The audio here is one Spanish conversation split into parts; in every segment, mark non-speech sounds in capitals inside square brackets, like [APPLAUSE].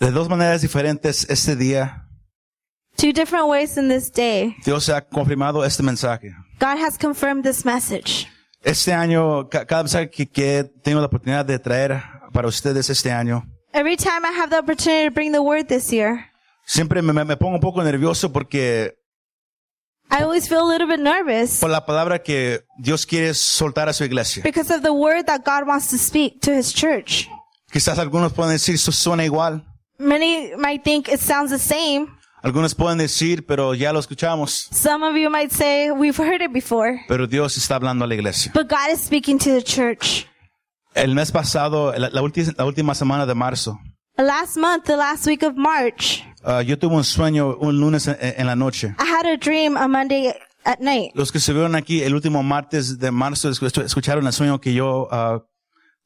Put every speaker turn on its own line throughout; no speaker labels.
de dos maneras diferentes este día,
Two different ways in this day,
Dios ha confirmado este mensaje.
God has confirmed this message.
Este año, ca- cada mensaje que, que tengo la oportunidad de traer para ustedes este año,
Every time I have the opportunity to bring the word this year,
siempre me, me- me pongo un poco nervioso porque
I always feel a little bit nervous
por la palabra que Dios quiere soltar a su iglesia.
because of the word that God wants to speak to his church.
Quizás algunos pueden decir, eso suena igual.
Many might think it sounds the same.
Algunos pueden decir, pero ya lo escuchamos.
Some of you might say, we've heard it before.
Pero Dios está hablando a la iglesia.
But God is speaking to the church.
El mes pasado, la, la ulti- la última semana de marzo,
Last month, the last week of March,
ah, yo tuve un sueño un lunes en, en la noche.
I had a dream on Monday at night.
Los que se vieron aquí el último martes de marzo escu- escucharon el sueño que yo ah,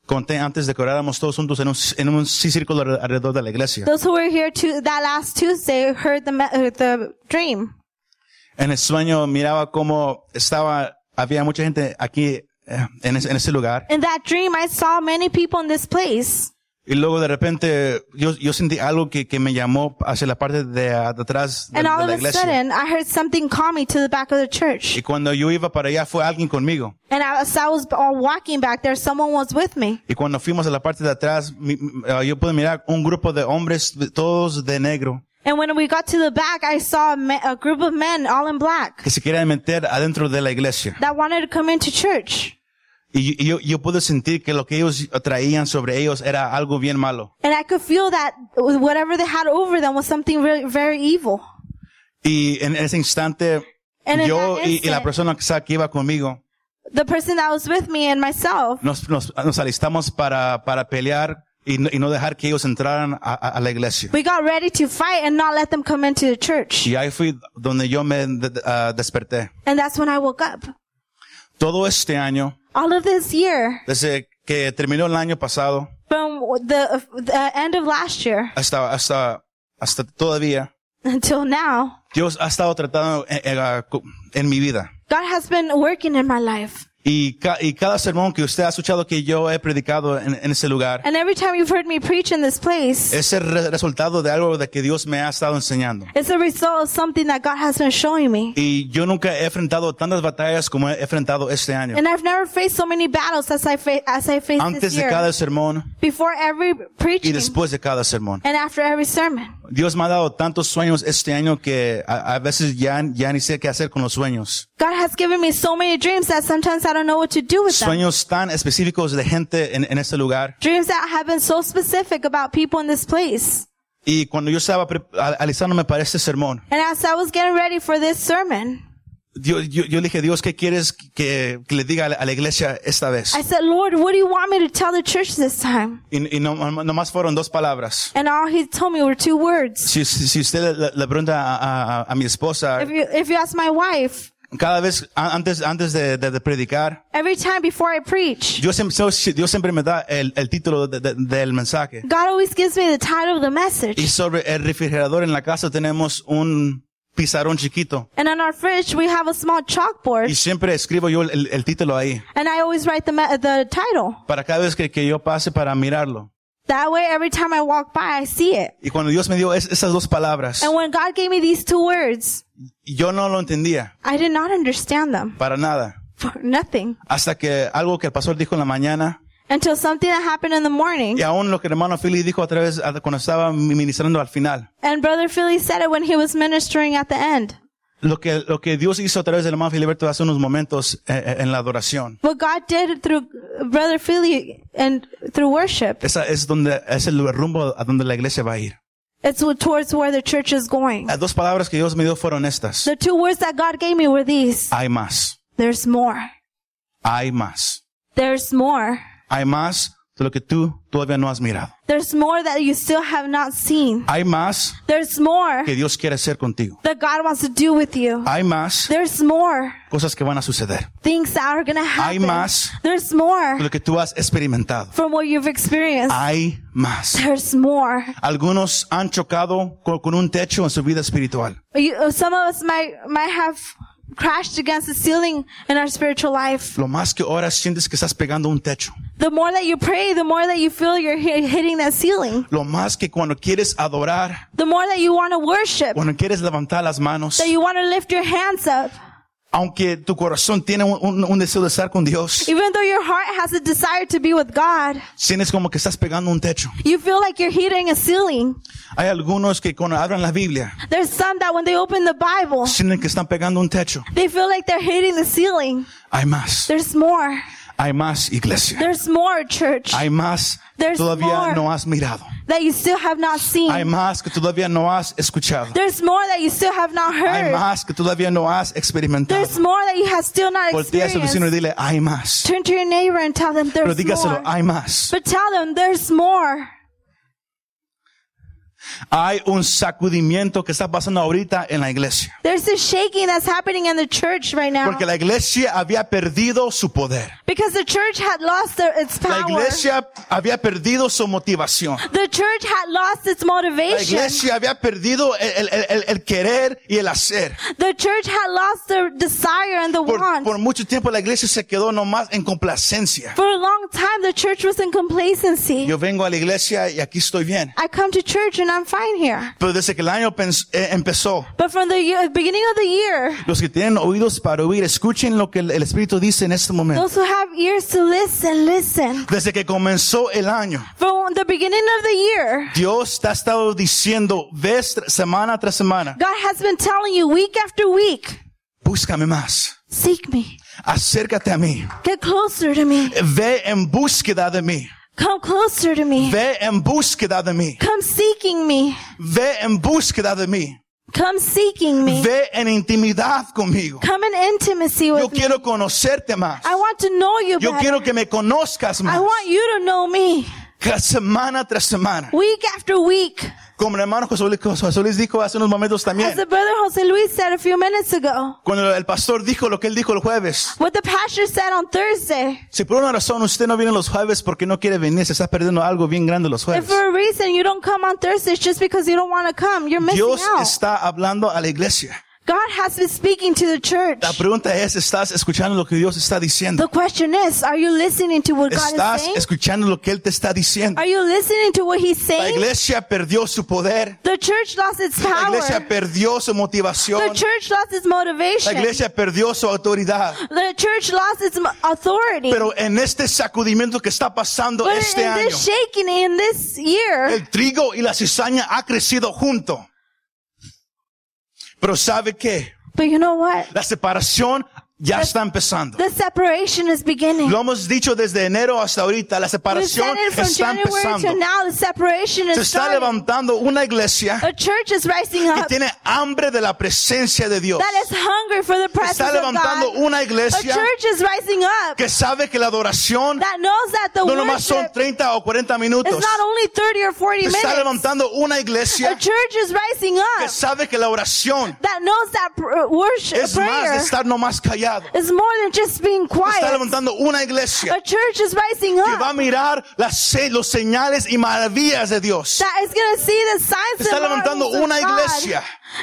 conté antes de que oráramos todos juntos en un, en un sí círculo alre- alrededor de la iglesia.
Those who were here to that last Tuesday heard the, me- uh, the dream.
En el sueño miraba cómo estaba, había mucha gente aquí eh, en, es- en ese lugar.
In that dream, I saw many people in this place.
Y luego de repente yo, yo sentí algo que, que me llamó hacia la parte de, a- de atrás de,
And
de
all of
la
a
iglesia.
sudden, I heard something call me to the back of the
Y
church.
cuando yo iba para allá fue alguien conmigo.
And as I was all walking back there, someone was with me.
Y cuando fuimos a la parte de atrás, mi- mi- ah, yo pude mirar un grupo de hombres, de- todos de negro,
And when we got to the back, I saw a, me- a group of men all in black
que se querían meter adentro de la iglesia.
that wanted to come into church.
Y, yo- y yo, yo pude sentir que lo que ellos traían sobre ellos era algo bien malo.
And I could feel that whatever they had over them was something really, very evil.
Y en ese instante,
And in
yo
that
y, y la
instant-
persona que sa- que iba conmigo,
The person that was with me and myself,
nos, nos, nos alistamos para, para pelear y no, y no dejar que ellos entraran a, a- a la iglesia.
we got ready to fight and not let them come into the church.
Y ahí fui donde yo me de- de- ah, desperté.
And that's when I woke up.
Todo este año,
All of this year,
desde que terminó el año pasado
from the, the end of last year [LAUGHS]
hasta, hasta, hasta todavía,
until now,
Dios ha estado tratando en, en la- en mi vida.
God has been working in my life.
Y, ca- y cada sermón que usted ha escuchado que yo he predicado en, en ese lugar
And every time you've heard me preach in this place,
es el re- resultado de algo de que Dios me ha estado enseñando.
it's a result of something that God has been showing me.
Y yo nunca he enfrentado tantas batallas como he enfrentado este año.
And I've never faced so many battles as I, fa- as I faced
Antes
this
de
year.
cada sermón,
before every
y
preaching
después de cada sermón.
and after every sermon.
Dios me ha dado tantos sueños este año que a, a veces ya, ya ni sé qué hacer con los sueños.
God has given me so many dreams that sometimes I don't know what to do with them.
Sueños tan específicos de gente en, en este lugar.
Dreams that have been so specific about people in this place.
Y cuando yo estaba pre- a- alistándome para este sermón,
And as I was getting ready for this sermon,
Dios- yo, yo le dije, Dios, ¿qué quieres que, que le diga a la, a la iglesia esta vez?
I said, Lord, what do you want me to tell the church this time?
Y, y no, nomás fueron dos palabras.
And all he told me were two words.
Si, si, si usted le, le pregunta a, a- a mi esposa,
If you, if you ask my wife,
cada vez a- antes, antes de, de- de predicar,
every time before I preach,
Dios siempre, Dios siempre me da el, el título de- de- del mensaje.
God always gives me the title of the
Y
message.
sobre el refrigerador en la casa tenemos un pizarrón chiquito.
And on our fridge, we have a small
Y
chalkboard.
siempre escribo yo el, el título ahí.
And I always write the, me- the title.
Para cada vez que, que yo pase para mirarlo.
That way, every time I walk by, I see it.
Y cuando Dios me dio es- esas dos palabras,
And when God gave me these two words,
yo no lo entendía.
I did not understand them [LAUGHS]
Para nada.
for nothing
Hasta que algo que el pastor dijo en la mañana.
until something that happened in the morning.
Y aún lo que el hermano Philly dijo a través, a- cuando estaba mi- ministrando al final.
And Brother Philly said it when he was ministering at the end.
Lo que, lo que Dios hizo a través del hermano Filiberto hace unos momentos eh, eh, en la adoración.
What God did through Brother Philly and through worship,
Esa es donde, es el rumbo a donde la iglesia va a ir.
it's towards where the church is going.
Las dos palabras que Dios me dio fueron estas.
The two words that God gave me were these.
Hay más.
There's more.
hay más.
There's more.
Hay más de lo que tú todavía no has mirado.
There's more that you still have not seen.
Hay más
There's more
que Dios quiere hacer contigo.
that God wants to do with you.
Hay más
There's more.
cosas que van a suceder.
things that are gonna
Hay
happen.
más
There's more
de lo que tú has experimentado.
from what you've experienced.
Hay más.
There's more.
Algunos han chocado con, con un techo en su vida espiritual.
You, uh, some of us might might have crashed against the ceiling in our spiritual life.
Lo más que oras sientes que estás pegando un techo.
The more that you pray, the more that you feel you're hi- hitting that ceiling.
Lo más que cuando quieres adorar,
The more that you want to worship,
cuando quieres levantar las manos,
that you want to lift your hands up.
aunque tu corazón tiene un, un- un deseo de estar con Dios,
Even though your heart has a desire to be with God,
sientes como que estás pegando un techo.
you feel like you're hitting a ceiling.
Hay algunos que cuando abran la Biblia,
There's some that when they open the Bible,
sienten que están pegando un techo.
they feel like they're hitting the ceiling.
Hay más,
There's more.
hay más iglesia.
There's more, church,
Hay más que
There's
todavía
more.
no has mirado.
that you still have
Hay
not seen.
más que todavía no has escuchado.
There's more that you still have not
Hay
heard.
más que todavía no has experimentado.
There's more that you have still not
Voltea a su vecino y
experienced.
dile, hay más.
Turn to your neighbor and tell them
Pero
there's
dígaselo,
more.
hay más.
But tell them there's more.
Hay un sacudimiento que está pasando ahorita en la iglesia.
There's this shaking that's happening in the church right now.
Porque la iglesia había perdido su poder.
Because the church had lost their, its
La
power.
iglesia había perdido su motivación.
The church had lost its
La
motivation.
iglesia había perdido el, el- el- el querer y el hacer.
The church had lost their desire and the
Por,
want.
por mucho tiempo la iglesia se quedó nomás en complacencia.
For a long time, the church was in complacency.
Yo vengo a la iglesia y aquí estoy bien.
I come to church and I'm fine here.
Pero desde que el año pens- eh, empezó,
But from the year, beginning of the year,
los que tienen oídos para oír, escuchen lo que el, el Espíritu dice en este momento.
those who have ears to listen, listen.
Desde que comenzó el año,
From the beginning of the year,
Dios te ha estado diciendo vez tras- semana tras semana,
God has been telling you week after week,
búscame más,
seek me,
acércate a mí,
get closer to me,
ve en búsqueda de mí,
come closer to me,
ve en búsqueda de mí,
come seeking me,
ve en búsqueda de mí,
come seeking me,
ve en intimidad conmigo.
come in intimacy
Yo
with me.
quiero conocerte más,
I want to know you
yo
better.
quiero que me conozcas
I
más,
want you to know me
Cada semana tras semana.
week after week.
Como el hermano José Luis- José Luis dijo hace unos momentos
As the
también,
brother Jose Luis said a few minutes ago,
cuando el pastor dijo lo que él dijo el jueves,
what the pastor said on Thursday,
Si por una razón usted no viene los jueves porque no quiere venir, se está perdiendo algo bien grande los
if
jueves.
for a reason you don't come on Thursdays just because you don't want to come, you're missing
Dios
out.
está hablando a la iglesia.
God has been speaking to the church.
La pregunta es, ¿estás escuchando lo que Dios está diciendo?
The question is, are you listening to what God is
¿Estás
saying?
escuchando lo que Él te está diciendo?
Are you listening to what he's
La
saying?
iglesia perdió su poder.
The church lost its
La
power.
iglesia perdió su
The
motivación.
church lost its
La
motivation.
iglesia perdió su autoridad.
The church lost its mo- authority.
Pero en este sacudimiento que está pasando
But
este
in
año,
this shaking, in this year,
el trigo y la cizaña ha crecido junto. Pero ¿sabe qué?
but you know what?
La separación ya está empezando.
The separation is beginning.
Lo hemos dicho desde enero hasta ahorita, la
We've
separación
said it from
está
January
empezando.
to now. The separation
Se
is
está
starting.
levantando una iglesia
A church is rising
que
up
tiene hambre de la presencia de Dios.
that is hungry for
Se
the presence
está
of
levantando
God.
una
A
iglesia
church is rising up
que sabe que la adoración
that knows that the
no nomás son
worship
30 o 40
is
minutos.
not only 30 or 40
Se está
minutes.
levantando una
A
iglesia
church is rising
que
up
sabe que la oración
that knows that pr- uh, worship
es más de
prayer
estar nomás callado. Se
is more than just being
está
quiet.
levantando una iglesia
A church is rising
que va
up
a mirar las, se- los señales y maravillas de Dios.
that is going to see the
Se
signs
está
and
levantando
marvels of
una
God.
iglesia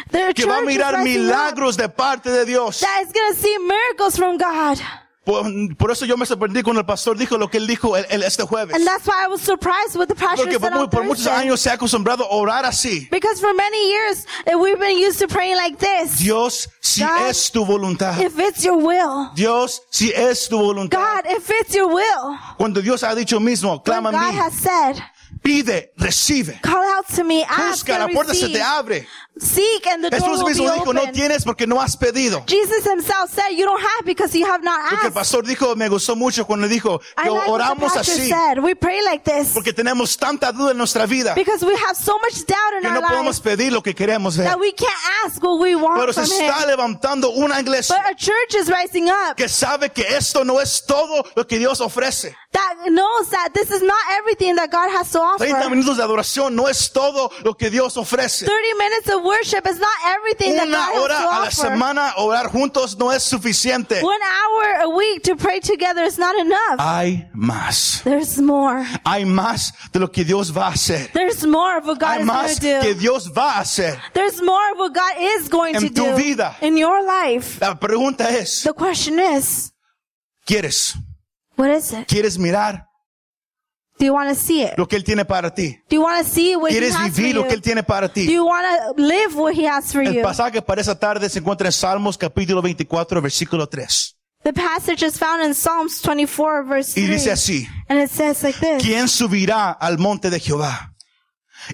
The
que va a
church is
mirar
rising up
milagros de parte de Dios.
that is going to see miracles from God.
Por, por eso yo me sorprendí cuando el pastor dijo lo que él dijo el, el- este jueves.
And that's why I was surprised with the pastor
Porque
said
por,
on
mu- por muchos
Thursday.
años se ha acostumbrado a orar así.
Because for many years, eh, we've been used to praying like this.
Dios, si
God,
es tu voluntad.
If it's your will.
Dios, si es tu voluntad.
God, if it's your will.
Cuando Dios ha dicho mismo,
When
clama a
God
mí,
has said,
pide, recibe.
call out to me, ask
Busca, la
and
puerta se
receive.
te abre.
Seek and the door
Jesús
will be
mismo dijo, no
open.
tienes porque no has pedido.
Jesus himself said, you don't have because you have not
Porque el
asked.
pastor dijo, me gustó mucho cuando dijo
I
que
like what the
oramos
pastor
así.
said. We pray like this
Porque tenemos tanta duda en nuestra vida que
because we have so much doubt in
no
our
podemos
lives
pedir lo que queremos ver.
that we can't ask what we want
Pero se
from him.
está levantando una iglesia
But a church is rising up
que sabe que esto no es todo lo que Dios ofrece.
that knows that this is not everything that God has to
30
offer.
minutos de adoración no es todo lo que Dios ofrece.
30 minutes of worship is not everything that
Una
God has
hora a la
to offer.
semana orar juntos no es suficiente.
One hour a week to pray together is not enough.
Hay más.
There's more.
Hay más de lo que Dios va a hacer.
There's more of what God
Hay
is going
más que
to do.
Dios va a hacer.
There's more of what God is going
En
to
tu
do
vida.
in your life.
La pregunta es,
The question is,
¿quieres?
what is it?
¿Quieres mirar
Do you want to see it?
lo que Él tiene para ti?
Do you want to see what He
¿Quieres
has for
vivir lo que
you?
Él tiene para
Do
ti?
you want to live what He has for
El
you?
pasaje para esa tarde se encuentra en Salmos capítulo 24, versículo 3.
The passage is found in Psalms 24 verse
Y
3.
dice así,
And it says like this.
¿quién subirá al monte de Jehová?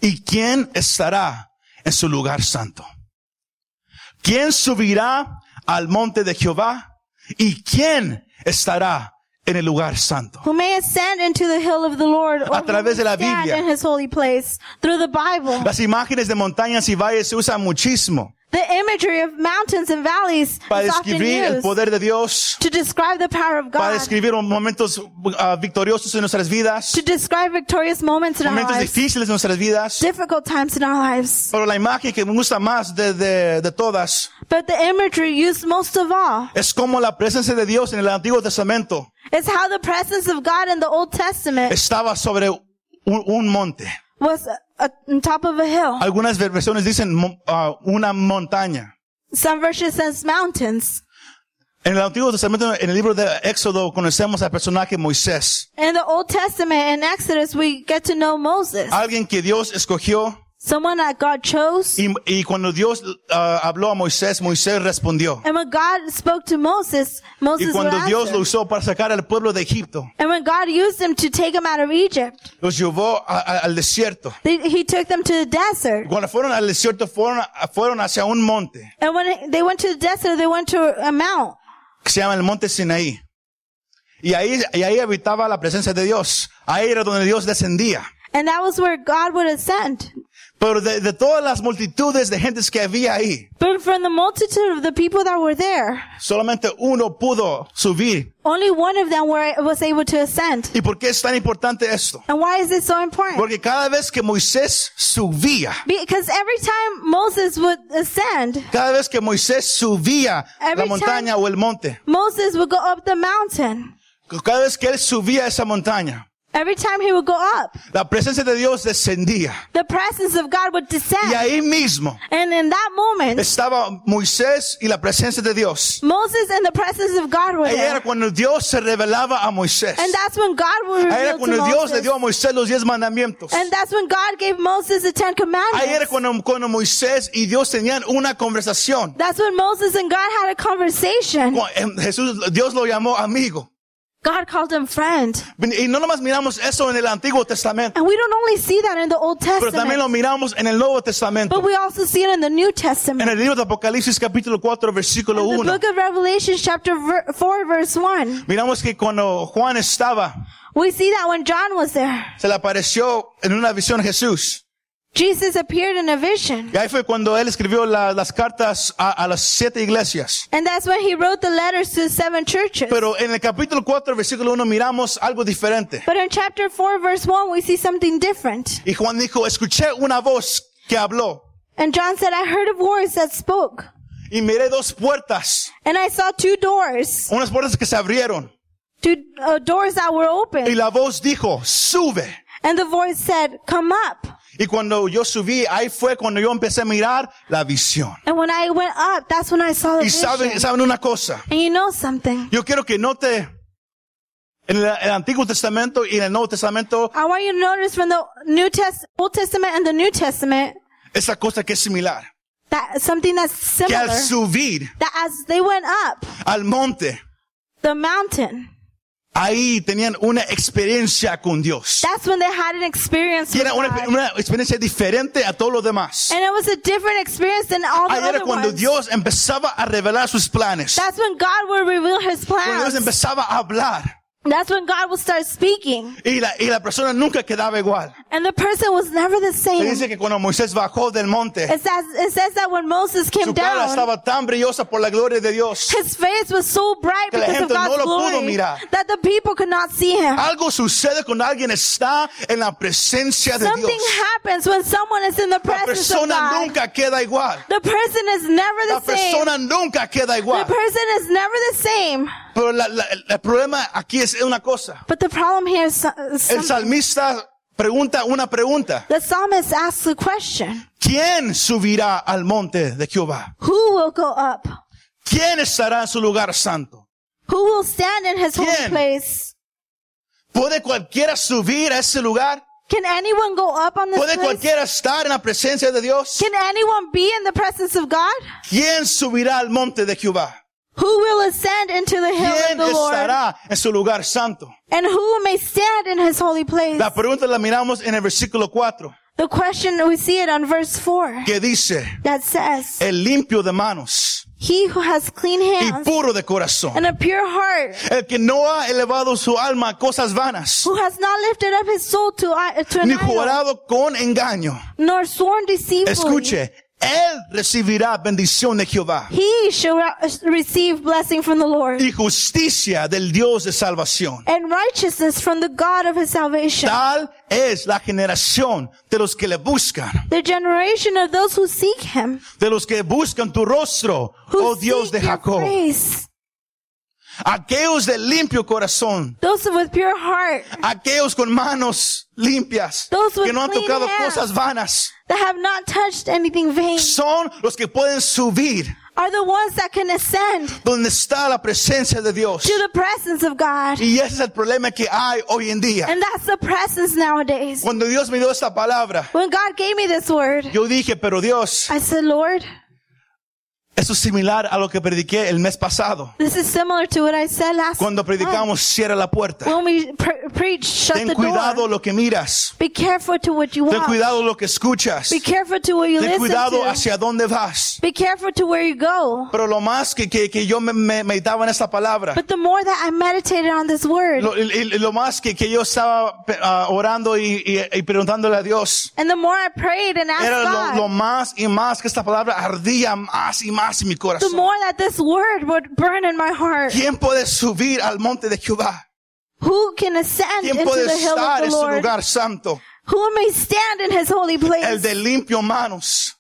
¿Y quién estará en su lugar santo? ¿Quién subirá al monte de Jehová? ¿Y quién estará en el lugar santo?
Who may ascend into the hill of the Lord or
A
who
través de
may
la
stand
Biblia.
in his holy place through the Bible.
Las imágenes de montañas y valles se usan muchísimo
The imagery of mountains and valleys
para
is often
describir el
used
poder de Dios,
to describe the power of
para
God,
describir momentos ah, victoriosos en nuestras vidas,
to describe victorious moments in our
momentos
lives,
difíciles en nuestras vidas.
difficult times in our lives.
Pero la imagen que me gusta más de, de- de todas
But the imagery used most of all
es como la presencia de Dios en el Antiguo Testamento
is how the presence of God in the Old Testament
estaba sobre un, un monte.
was uh, uh, on top of a hill.
Algunas versiones dicen mon- ah, una montaña.
Some verses says mountains.
En el Antiguo Testamento, en el libro de Éxodo, conocemos al personaje Moisés,
In the Old Testament, in Exodus, we get to know Moses,
alguien que Dios escogió
someone that God chose.
Y, y cuando Dios ah, habló a Moisés, Moisés respondió.
And when God spoke to Moses,
Y
Moses would
cuando Dios lo
answer.
usó para sacar al pueblo de Egipto,
And when God used him to take him out of Egypt,
los llevó a- a- al desierto.
they, he took them to the desert.
Cuando fueron al desierto, fueron, a- fueron hacia un monte
And when they went to the desert, they went to a mount.
que se llama el monte Sinaí. Y ahí, y ahí habitaba la presencia de Dios. Ahí era donde Dios descendía.
And that was where God would ascend.
Pero de, de todas las multitudes de gentes que había ahí,
But from the multitude of the people that were there,
solamente uno pudo subir.
only one of them were, was able to ascend.
¿Y por qué es tan importante esto?
And why is it so important?
Porque cada vez que Moisés subía,
Because every time Moses would ascend,
Cada vez que Moisés subía la
Every
montaña o el monte,
Moses would go up the mountain.
cada vez que él subía esa montaña,
Every time he would go up,
la presencia de Dios descendía.
the presence of God would
Y
descend.
ahí mismo
And in that moment,
estaba Moisés y la presencia de Dios.
Moses and the presence of God were
Ahí era
there.
cuando Dios se revelaba a Moisés.
And that's when God would
Ahí era
reveal to
cuando Dios le
Moses.
dio a Moisés los diez mandamientos.
And that's when God gave Moses the
Ahí
Ten
era
Commandments.
cuando, cuando Moisés y Dios tenían una conversación.
That's when Moses and God had a conversation.
Cu- em, Jesús, Dios lo llamó amigo.
God called him friend.
Y no nomás miramos eso en el Antiguo Testamento,
And we don't only see that in the Old
pero también lo
Testament,
miramos en el Nuevo Testamento.
but we also see it in the New
En
Testament.
el libro de Apocalipsis capítulo 4 versículo
In the
1
book of Revelation, chapter ver- 4, verse 1,
miramos que cuando Juan estaba,
we see that when John was there,
se le apareció en una visión Jesús.
Jesus appeared in a vision.
Y ahí fue cuando él escribió la- las cartas a, a las siete iglesias.
And that's when he wrote the letters to the seven churches.
Pero en el capítulo 4 versículo 1 miramos algo diferente.
But in chapter 4, verse 1, we see something different.
Y Juan dijo, escuché una voz que habló
And John said, I heard a voice that spoke,
y miré dos puertas,
and I saw two doors,
unas puertas que se abrieron.
two uh, doors that were
Y
open.
la voz dijo, sube.
And the voice said, Come up.
Y cuando yo subí, ahí fue cuando yo empecé a mirar la visión.
And when I went up, that's when I saw the
Y saben,
vision.
saben una cosa.
And you know something.
Yo quiero que note en el, el Antiguo Testamento y en el Nuevo Testamento
I want you to notice from the New Test, Old Testament and the New Testament
esa cosa que es similar.
that something that's
Que
similar.
al subir
That as they went up
al monte,
the mountain,
ahí tenían una experiencia con Dios.
that's when they had an experience
Y
with
era una,
God.
una experiencia diferente a todo lo demás.
And it was a different experience than all the
Ahí era
other
cuando
ones.
Dios empezaba a revelar sus planes.
That's when God will reveal His
Cuando Dios
plans.
empezaba a hablar.
That's when God will start speaking.
Y la, y la persona nunca quedaba igual.
And the person was never the
Se
same.
dice que cuando Moisés bajó del monte,
It says, it says that when Moses came
su cara
down,
estaba tan brillosa por la gloria de Dios.
his face was so bright
Que la
because of
gente no
God's
lo pudo
glory
mirar. Ah,
that the people could not see him.
Algo sucede cuando alguien está en la presencia de Dios.
Something happens when someone is in the
La
presence of
persona
God.
nunca queda igual.
The person is never the
La
same.
persona nunca queda
The
igual.
person is never the same.
Pero la- la- el problema aquí es una cosa.
But the problem here is so-
El
some-
salmista pregunta una pregunta.
the psalmist asks a question.
¿Quién subirá al monte de Jehová?
Who will go up?
¿Quién estará en su lugar santo?
Who will stand in his holy
¿Quién?
place?
¿Puede cualquiera subir a ese lugar?
Can anyone go up on this
¿Puede
place?
cualquiera estar en la presencia de Dios?
Can anyone be in the presence of God?
¿Quién subirá al monte de Jehová?
Who will ascend into the hill of
¿Quién
the Lord?
estará en su lugar santo?
And who may stand in his holy place?
La pregunta la miramos en el versículo 4,
The question, we see it on verse 4
que dice,
that says,
el limpio de manos
He who has clean
y
hands
puro de corazón,
and a pure heart,
el que no ha elevado su alma a cosas vanas,
who has not lifted up his soul to, i- to an
ni
idol,
jurado con engaño.
nor sworn deceitfully,
Escuche, él recibirá bendición de Jehová
he shall ra- uh, receive blessing from the Lord
y justicia del Dios de salvación.
and righteousness from the God of his salvation.
Tal es la generación de los que le buscan,
The generation of those who seek him,
de los que buscan tu rostro,
who
oh Dios de
seek your
Jacob.
face,
Aquellos de limpio corazón,
those with pure heart
aquellos con manos limpias,
Those with
que no han
clean
tocado
hands.
cosas vanas,
that have not touched anything vain,
son los que pueden subir
are the ones that can ascend
donde está la presencia de Dios.
to the presence of God.
Y ese es el problema que hay hoy en día.
And that's the presence nowadays.
Cuando Dios me dio esta palabra,
When God gave me this word,
Yo dije, pero Dios,
I said, Lord,
eso es similar a lo que prediqué el mes pasado.
this is similar to what I said last
Cuando predicamos, cierra la puerta.
When we pre- preach, shut
Ten
the
cuidado
door.
lo que miras.
Be careful to what you
Ten
want.
cuidado lo que escuchas.
Be careful to what you
Ten
listen
cuidado
to.
hacia dónde vas.
Be careful to where you go.
Pero lo más que, que, que yo me, me meditaba en esta palabra,
But the more that I meditated on this word,
lo, y- y- lo más que, que yo estaba pe- ah, orando y, y- y preguntándole a Dios,
and the more I prayed and asked
era lo, lo
God,
más y más que esta palabra ardía más y más en mi
the
corazón.
more that this word would burn in my heart.
¿Quién puede subir al monte de Jehová?
Who can ascend
¿Quién
into
puede
the hill
estar
of
en
the
su
Lord?
lugar santo?
Who may stand in his holy
el
place?
de limpio manos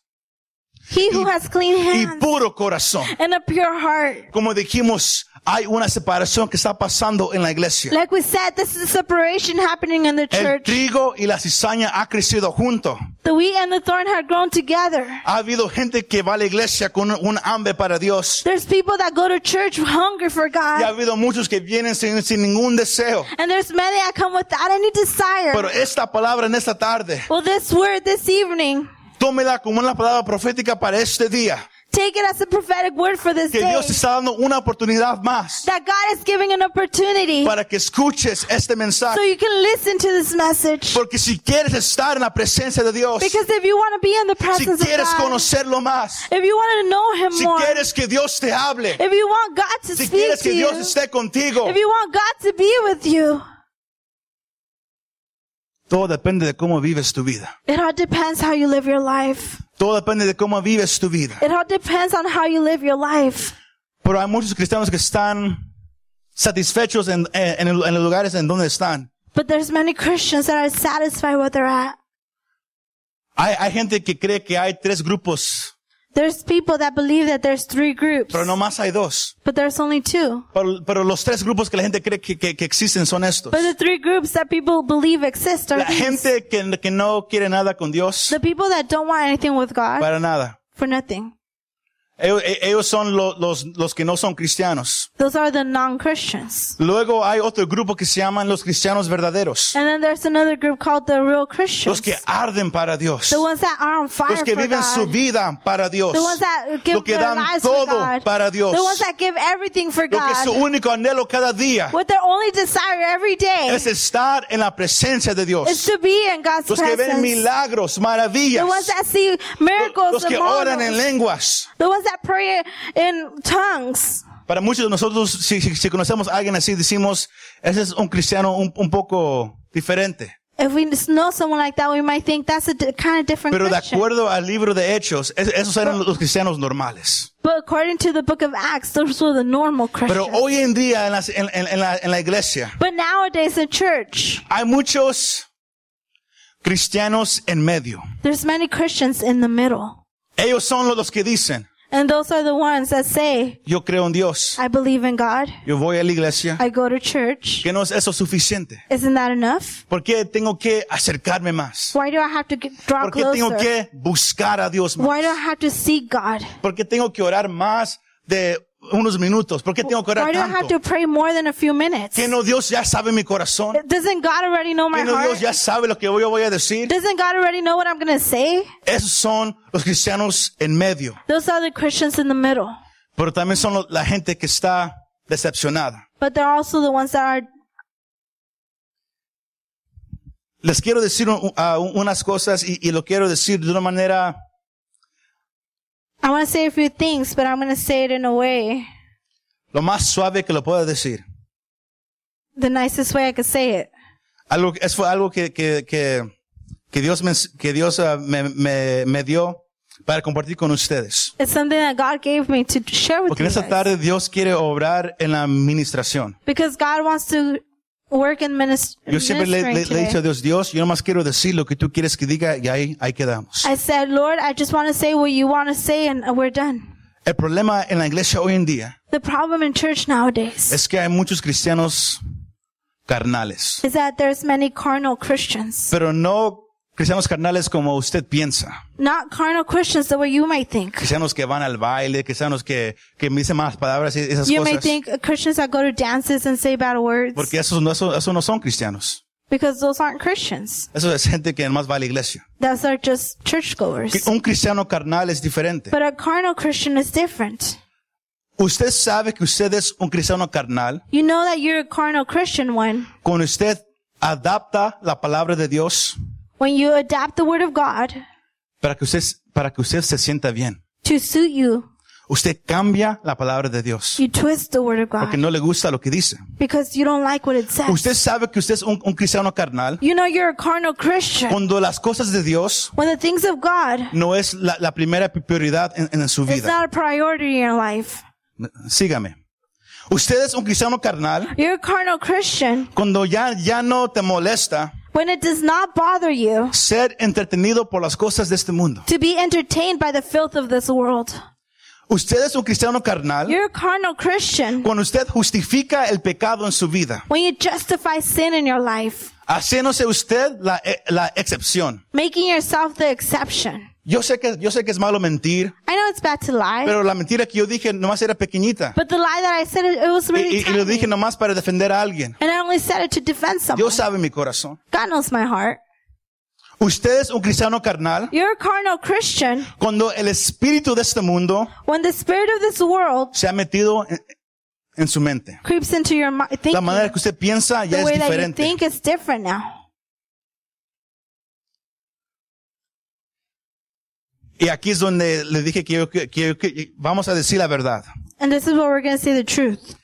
He who has clean
y
hands
puro corazón.
and a pure heart.
Como dijimos, hay una separación que está pasando en la iglesia.
Like we said, this is a separation happening in the
El
church.
trigo y la cizaña ha crecido junto.
The wheat and the thorn had grown together.
Ha habido gente que va a la iglesia con un hambre para Dios.
There's people that go to church with hunger for
Y ha
God.
habido muchos que vienen sin, sin ningún deseo.
And there's many that come without any
Pero
desire.
esta palabra en esta tarde,
Well, this word this evening,
tómela como una palabra profética para este día.
take it as a prophetic word for this
Que
day.
Dios te está dando una oportunidad más
That God is giving an opportunity
para que escuches este
so
mensaje.
you can listen to this message.
Porque si quieres estar en la presencia de Dios,
Because if you want to be in the
Oh, si
presence of
quieres
God,
conocerlo más,
if you want to know Him
si
more,
quieres que Dios te hable,
if you want God to
si
speak
quieres que
to you,
Dios esté contigo,
if you want God to be with you,
todo depende de cómo vives tu vida.
it all depends how you live your life.
Todo depende de cómo vives tu vida.
It all depends on how you live your life.
Pero hay muchos cristianos que están satisfechos en, eh, en- en los lugares en donde están.
But there's many Christians that are satisfied where they're at.
Hay, hay gente que cree que hay tres grupos,
There's people that believe that there's three groups,
pero nomás hay dos.
but there's only two.
Pero, pero los tres grupos que la gente cree que, que- que existen son estos.
But the three groups that people believe exist are
La
these.
gente que, que no quiere nada con Dios,
the people that don't want anything with God
para nada.
for nothing.
Ellos, ellos son lo- los, los que no son cristianos.
Those are the non-Christians.
Luego hay otro grupo que se llaman los cristianos verdaderos.
And then there's another group called the real
Los
Christians.
que arden para Dios.
the ones that are on fire
Los que
for
viven su
God.
vida para Dios.
The ones that give
Los que
their
dan
lives
todo
for God.
para Dios.
The ones that give everything for
Lo que es
God.
su único anhelo cada día
What their only desire every day
es estar en la presencia de
is
Dios.
to be in God's
Los que ven
presence.
milagros, maravillas.
The ones that see
Lo-
miracles
Los que
and
oran en
marvels.
lenguas.
The ones that pray in tongues.
Para muchos de nosotros, si, si- si conocemos a alguien así, decimos, ese es un cristiano un, un poco diferente.
If we just know someone like that, we might think that's a di- kind of different
Pero de
Christian.
acuerdo al libro de Hechos, es- esos eran los cristianos normales.
But according to the book of Acts, those were the normal
Pero
Christians.
hoy en día en, las- en- en- en la, en la iglesia
But nowadays in church,
hay muchos cristianos en medio.
there's many Christians in the middle.
Ellos son los- los que dicen,
And those are the ones that say,
yo creo en Dios,
I believe in God.
yo voy a la iglesia.
I go to church.
¿Que no es eso suficiente?
Isn't that enough?
¿Por qué tengo que acercarme más?
Why do I have to get, draw
¿Por qué tengo que
closer?
buscar a Dios más?
Why do I have to seek God?
¿Por qué tengo que orar más de unos minutos? ¿Por qué tengo que
Why
orar
do I have to
tanto?
pray more than a few minutes?
¿Que no Dios ya sabe mi corazón?
Doesn't God already know my
¿Que no
heart?
Dios ya sabe lo que yo voy a decir?
Doesn't God already know what I'm going to say?
Esos son los cristianos en medio,
Those are the Christians in the middle.
pero también son lo- la gente que está decepcionada.
But they're also the ones that are,
Les quiero decir un- a- unas cosas y, y lo quiero decir de una manera
I want to say a few things, but I'm going to say it in a way,
lo más suave que lo pueda decir.
the nicest way I could say it.
Algo, es fue algo que, que, que, que Dios, me, ens- que Dios ah, me, me, me dio para compartir con ustedes.
It's something that God gave me to share with
Porque en
you
esta
guys.
tarde Dios quiere obrar en la administración.
Because God wants to work in minis-
Yo siempre le, le-
ministering
le he
today.
dicho a Dios, Dios, yo nomás quiero decir lo que tú quieres que diga y ahí, ahí quedamos.
I said, Lord, I just want to say what you want to say and we're done.
El problema en la iglesia hoy en día
The problem in church nowadays
es que hay muchos cristianos carnales,
is that there's many carnal Christians.
pero no cristianos carnales como usted piensa.
Not carnal Christians the way you might think.
Cristianos que van al baile, cristianos que, que me dicen malas palabras y esas
You may
cosas.
think uh, Christians that go to dances and say bad words
Porque esos no, esos, esos no son cristianos.
because those aren't Christians.
Eso es gente que más va a la iglesia.
Those are just
Que
churchgoers.
Un cristiano carnal es diferente.
But a carnal Christian is different.
Usted sabe que usted es un cristiano carnal
You know that you're a carnal Christian when
cuando usted adapta la palabra de Dios
when you adapt the word of God
para que usted, para que usted se sienta bien.
to suit you.
Usted cambia la palabra de Dios
You twist the word of
porque
God
no le gusta lo que dice.
because you don't like what it says.
Usted sabe que usted es un, un cristiano carnal
You know you're a carnal Christian
cuando las cosas de Dios
when the things of God
no es la, la primera prioridad en, en su
is
vida.
not a priority in your life.
Sígame. Usted es un cristiano carnal
You're a carnal Christian
cuando ya, ya no te molesta
when it does not bother you
ser entretenido por las cosas de este mundo.
to be entertained by the filth of this world.
Usted es un cristiano carnal
You're a carnal Christian
cuando usted justifica el pecado en su vida,
when you justify sin in your life,
haciéndose usted la, eh, la excepción.
making yourself the exception.
Yo sé que, yo sé que es malo mentir,
I know it's bad to lie,
pero la mentira que yo dije nomás era pequeñita.
but the lie that I said, it, it was
Y,
really
y- y lo
tiny.
dije nomás para defender a alguien.
And I only said it to defend someone.
Dios sabe mi corazón.
God knows my heart.
Usted es un cristiano carnal
You're a carnal Christian
cuando el espíritu de este mundo
when the spirit of this world
se ha metido en, en su mente.
creeps into your mind.
La manera que usted piensa ya
the
es
way that you
diferente.
think is different now.
Y aquí es donde le dije que, yo- que- que- que- vamos a decir la verdad.
And this is where we're going to say the truth.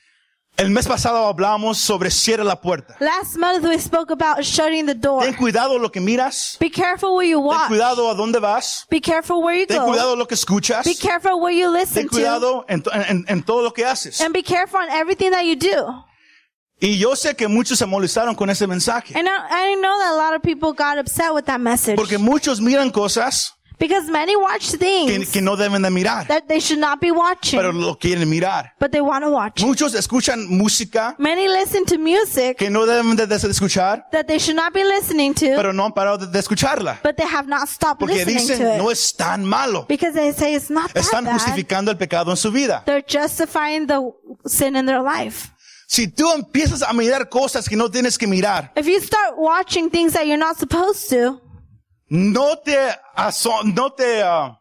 El mes pasado hablamos sobre cierra la puerta.
Last month we spoke about shutting the door.
Ten cuidado lo que miras.
Be careful where you
Ten
walk.
cuidado a dónde vas.
Be careful where you
Ten
go.
cuidado lo que escuchas.
Be careful where you
Ten
listen to.
cuidado en, to- en- en todo lo que haces.
And be careful on everything that you do.
Y yo sé que muchos se molestaron con ese mensaje.
And I, I know that a lot of people got upset with that message.
Porque muchos miran cosas
Because many watch
que,
things
que no deben de mirar,
that they should not be
pero
watching,
lo quieren mirar.
but they want to watch.
Muchos escuchan música
Many listen to music
que no deben de, de escuchar,
that they should not be listening to,
pero no han parado de, de escucharla.
but they have not stopped
Porque
listening
dicen,
to
no
it.
es tan malo.
Because they say it's not that
Están
bad.
justificando el pecado en su vida.
They're justifying the sin in their life.
Si tú empiezas a mirar cosas que no tienes que mirar,
If you start watching things that you're not supposed to,
no te aso- no te ah,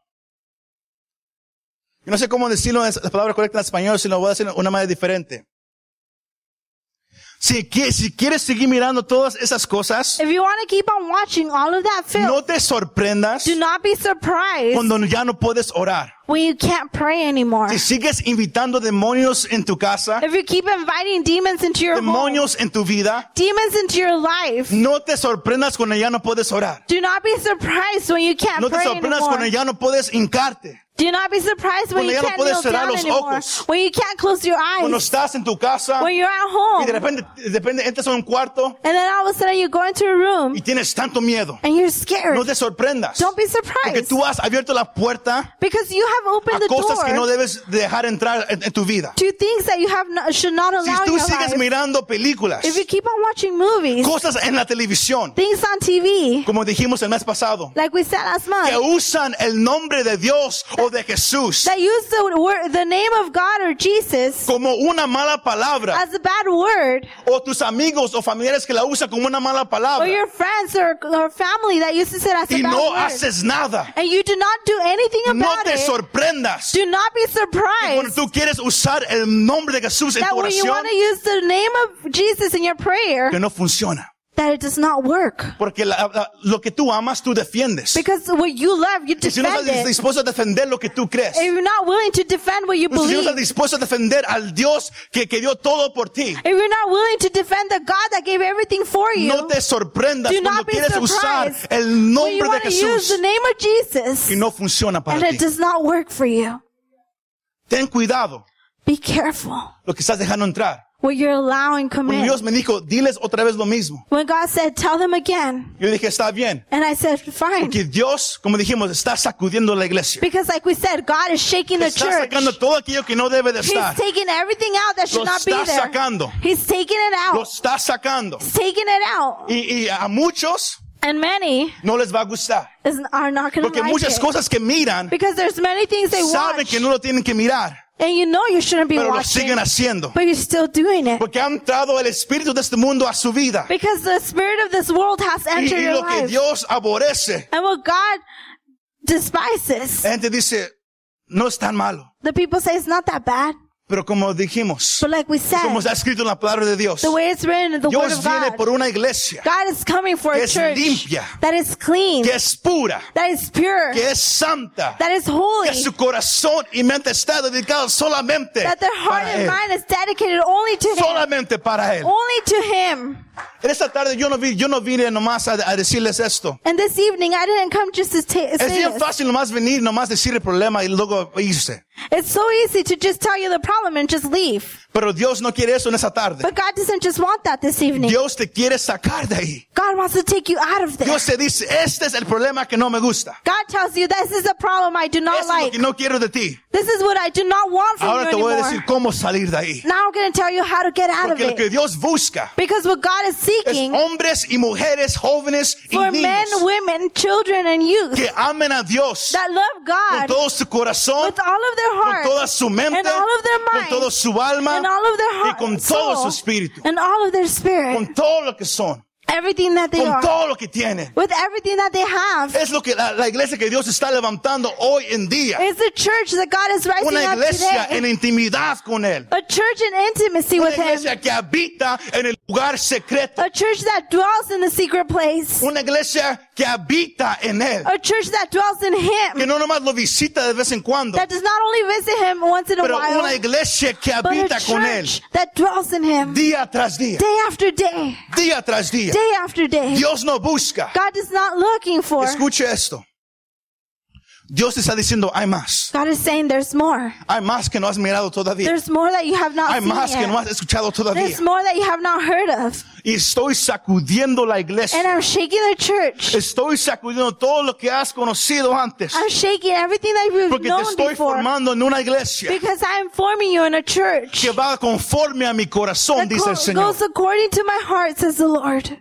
yo no sé cómo decirlo es la palabra correcta en español si lo voy a decir de una manera diferente Si, qui- si quieres seguir mirando todas esas cosas,
If you want to keep on watching all of that film,
no te sorprendas
do not be surprised
cuando ya no puedes orar.
when you can't pray anymore.
Si sigues invitando demonios en tu casa,
Ah. If you keep inviting demons into your home,
demonios en tu vida,
demons into your life,
no te sorprendas cuando ya no puedes orar.
do not be surprised when you can't
No te
pray
sorprendas
anymore.
cuando ya no puedes hincarte.
do not be surprised when
Cuando
you
ya no
can't
puedes
kneel
cerrar
down
los
anymore.
ojos.
When you can't close your eyes.
Cuando estás en tu casa
when you're
y
at home.
de repente, de repente entras a un cuarto
and then all of a sudden you go into a room
y tienes tanto miedo.
and you're scared.
No te sorprendas.
Don't be
Porque
surprised.
tú has abierto la puerta
Because you have
a
opened the
cosas que no
door
debes dejar entrar en, en tu vida.
to things that you have not, should not
Si
allow in
tú
your
sigues
life.
mirando películas,
If you keep on watching movies,
cosas en la televisión,
things on TV,
como dijimos el mes pasado,
like we said last month,
que usan el nombre de Dios o de Jesús
that use the word, the name of God or Jesus
como una mala palabra,
as a bad word,
o tus amigos o familiares que la usan como una mala
or
palabra,
your friends or, or family that uses it as a
y
bad
no
word,
haces nada,
and you do not do anything
no
about
te
it,
sorprendas.
do not be
Cuando
surprised
tú quieres usar el nombre de Jesús en
that
tu
when you
oración,
want to use the name of Jesus in your prayer,
que no funciona.
that it does not work.
Porque la- la- lo que tú amas, tú defiendes.
Because what you love, you
Y si no
defend
estás
it.
dispuesto a defender lo que tú crees, Pues
If you're not willing to defend what you
si no
believe,
estás dispuesto a defender al Dios que, que dio todo por ti,
if you're not willing to defend the God that gave everything for you,
no te sorprendas
do
cuando
not be
quieres usar
surprised
el
when you
nombre de
want to use
Jesús
the name of Jesus
y no funciona
and
para ti.
it does not work for you.
Ten cuidado
Be careful
lo que estás dejando entrar.
what you're allowing come
Cuando
in.
Dios me dijo, diles otra vez lo mismo.
When God said, tell them again.
Yo dije, está bien.
And I said, fine. [LAUGHS]
Porque Dios, como dijimos, está sacudiendo la iglesia.
Because like we said, God is shaking the
Está
church.
sacando todo aquello que no debe de estar.
He's taking everything out that
Lo
should not be
está
there.
sacando.
He's taking it
Lo
out.
está sacando.
He's taking it out.
Y, y a muchos
And many
no les va a gustar.
is, are not going to
Porque
like
muchas
it.
cosas que miran
Because there's many things they
saben
watch.
que no lo tienen que mirar,
And you know you shouldn't be
pero lo
watching.
siguen haciendo.
But you're still doing it.
Porque ha entrado el espíritu de este mundo a su vida.
Because the spirit of this world has
Y,
entered
y
your
lo que
life.
Dios aborrece,
And what God despises.
la gente dice, no es tan malo.
The people say it's not that bad.
Pero como dijimos,
But like we
como está
said,
escrito en la palabra de Dios,
the way it's written in the Word
Dios
of
viene
God,
por una iglesia
God is coming for
que
a
es
church
limpia,
that is clean,
que es pura,
that is pure,
que es santa,
that is holy,
que su corazón y mente está dedicado solamente
that their heart
para
and
Él.
mind is dedicated Oh. only to Him.
Solamente para Él.
Only to Him.
En esta tarde yo no, vi, yo no vine nomás a, a decirles esto.
And this evening, I didn't come just to ta- say
Es bien
this.
fácil nomás venir, nomás decir el problema y luego irse.
It's so easy to just tell you the problem and just leave.
Pero Dios no quiere eso en esta tarde.
But God doesn't just want that this evening.
Dios te quiere sacar de ahí.
God wants to take you out of
Dios
this.
te dice, este es el problema que no me gusta.
God tells you this is a problem I do
Eso
not
es lo
like.
que no quiero de ti.
This is what I do not want from
Ahora
you
te voy a
anymore.
decir cómo salir de ahí.
Now I'm going to tell you how to get out of
Porque lo que
it.
Dios busca
Because what God is
es
seeking
hombres y mujeres, jóvenes y
for men,
niños
women, children, and youth
que amen a Dios
that
con
love God
todo su corazón,
with all of their
con toda
heart
su mente,
and all of their
con
mind,
todo su alma
and all of their
y con
heart
todo su
soul,
espíritu.
and all of their spirit,
con todo lo que son,
everything that they
con
are,
todo Eh, lo que tienen.
with everything that they have.
Es lo que la, la iglesia que Dios está levantando hoy en día.
It's the church that God is rising
Una
up
iglesia en
today.
intimidad con Él.
A church in intimacy
Una
with Him.
iglesia que habita en el lugar secreto.
A church that dwells in the secret place.
Una iglesia que habita en Él.
A church that dwells in
Que
Him.
no nomás lo visita de vez en cuando,
That does not only visit Him once in a
pero una
while,
iglesia que
but a
habita con Él
church that dwells in Him
día tras día,
day after day,
día tras día.
day after day.
Dios no busca.
God is not looking for.
Escuche esto. Dios está diciendo, hay más.
God is saying there's more.
Hay más que no has mirado todavía.
There's more that you have not
Hay más que
seen
no
yet.
has escuchado todavía.
There's more that you have not heard of.
Y estoy sacudiendo la
And
iglesia.
I'm shaking the church.
Estoy sacudiendo todo lo que has conocido antes.
I'm shaking everything that you've
Porque te
known
estoy
before.
formando en una iglesia
Because I'm forming you in a church.
que va conforme a mi corazón,
that
dice el
co-
Señor.
goes according to my heart, says the Lord.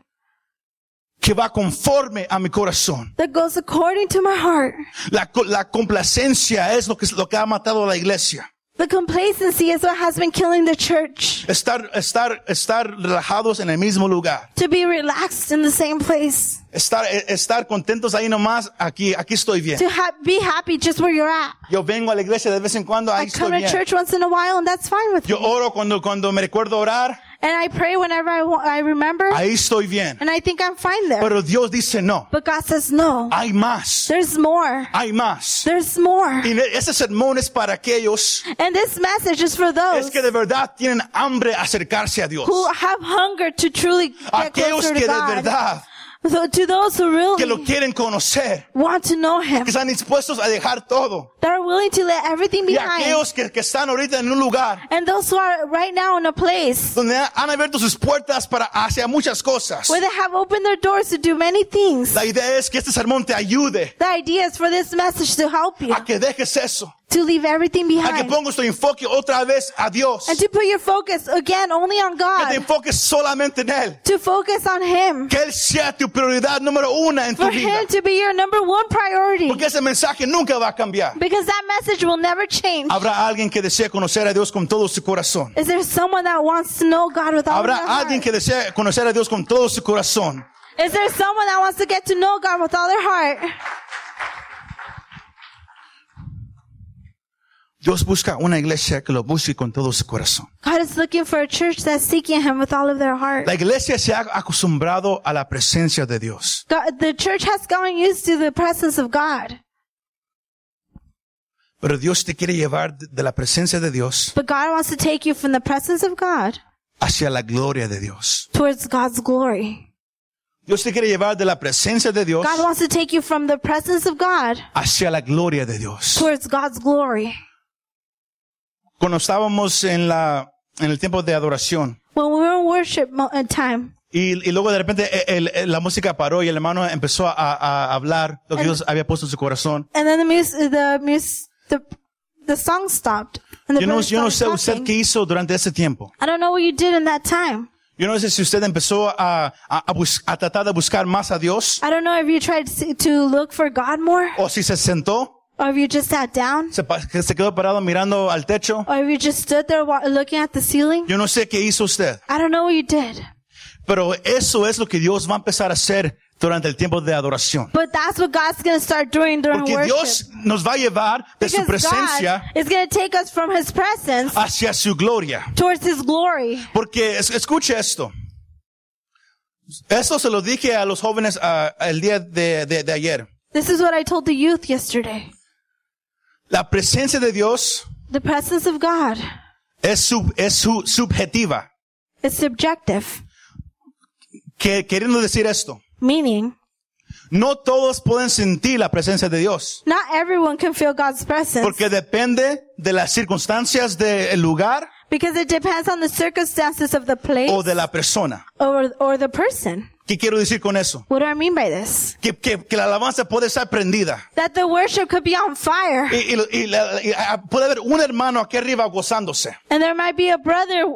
Que va conforme a mi corazón.
That goes according to my heart.
La, co- la complacencia es lo que, es lo que ha matado a la iglesia.
The complacency is what has been killing the church.
Estar, estar, estar relajados en el mismo lugar.
To be relaxed in the same place.
Estar, eh, estar contentos ahí nomás. Aquí, aquí estoy bien.
To ha- be happy just where you're at.
Yo vengo a la iglesia de vez en cuando. Ahí
I come
estoy
to
bien.
church once in a while and that's fine with me.
Yo oro cuando, cuando me recuerdo orar.
And I pray whenever I, wa- I remember,
Ahí estoy bien.
and I think I'm fine there.
Pero Dios dice no.
But God says, no,
Hay más.
there's more.
Hay más.
There's more.
Y ne- ese sermón es para aquellos
And this message is for those
es que de verdad tienen hambre a acercarse a Dios.
who have hunger to truly get
Aquellos
closer
que de
to God.
verdad
So to those who
que lo
really
quieren conocer,
want to know Him,
que están dispuestos a dejar todo.
that are willing to let everything
Y
behind,
aquellos que, que están ahorita en un lugar
and those who are right now in a place
donde ha- han abierto sus puertas para hacia muchas cosas.
where they have opened their doors to do many things.
La idea es que este sermón te ayude
The idea is for this message to help you
a que dejes eso,
to leave everything
a que
behind
pongas tu enfoque otra vez a Dios,
and
que
to put your focus again only on
te
God,
enfoques solamente en Él,
to focus on Him,
que Él sea tu prioridad número una en tu
for
vida,
Him to be your number one priority
porque ese mensaje nunca va a cambiar.
because that message will never change.
Habrá alguien que desea conocer a Dios con todo su corazón.
Is there someone that wants to know God with all of
Habrá
their heart?
alguien que desea conocer a Dios con todo su corazón.
Is there someone that wants to get to know God with all their heart?
Dios busca una iglesia que lo busque con todo su corazón.
God is looking for a church that's seeking Him with all of their heart.
La iglesia se ha acostumbrado a la presencia de Dios.
God, the church has gotten used to the presence of God,
Pero Dios te quiere llevar de- de la presencia de Dios
but God wants to take you from the presence of God
hacia la gloria de Dios.
towards God's glory.
Dios te quiere llevar de la presencia de Dios
God wants to take you from the presence of God
hacia la gloria de Dios.
towards God's glory.
Cuando estábamos en la, en el tiempo de adoración
When we were in worship mo- uh, time,
y, y luego de repente eh, el- el- la música paró y el hermano empezó a, a hablar lo que Dios había puesto en su corazón.
and then the mus- the mus- the the song stopped, and the
Yo no,
brother
yo no sé
started
usted
talking.
qué hizo durante ese tiempo.
I don't know what you did in that time.
Yo no sé si usted empezó a, a, a bus- a tratar de buscar más a Dios
I don't know if you tried to, see- to look for God more,
o si se sentó,
or if you just sat down,
se, pa- que se quedó parado mirando al techo.
or if you just stood there wa- looking at the ceiling.
Yo no sé qué hizo usted,
I don't know what you did.
pero eso es lo que Dios va a empezar a hacer durante el tiempo de adoración.
But that's what God's going to start doing during
Porque
worship.
Dios nos va a llevar de su
because God
presencia
is going to take us from His presence
hacia su gloria.
towards His glory.
Porque es- escuche esto. Esto se lo dije a los jóvenes ah, el día de- de- de ayer.
This is what I told the youth yesterday.
La presencia de Dios
The presence of God
es, sub- es su- subjetiva.
is subjective,
Que, queriendo decir esto,
meaning
no todos pueden sentir la presencia de Dios,
not everyone can feel God's presence
porque depende de las circunstancias del lugar
because it depends on the circumstances of the place
o de la persona.
or, or the person.
¿Qué quiero decir con eso?
What do I mean by this?
Que, que- que la alabanza puede estar prendida.
That the worship could be on fire
Y, y lo- y la- y, ah, puede haber un hermano aquí arriba gozándose.
and there might be a brother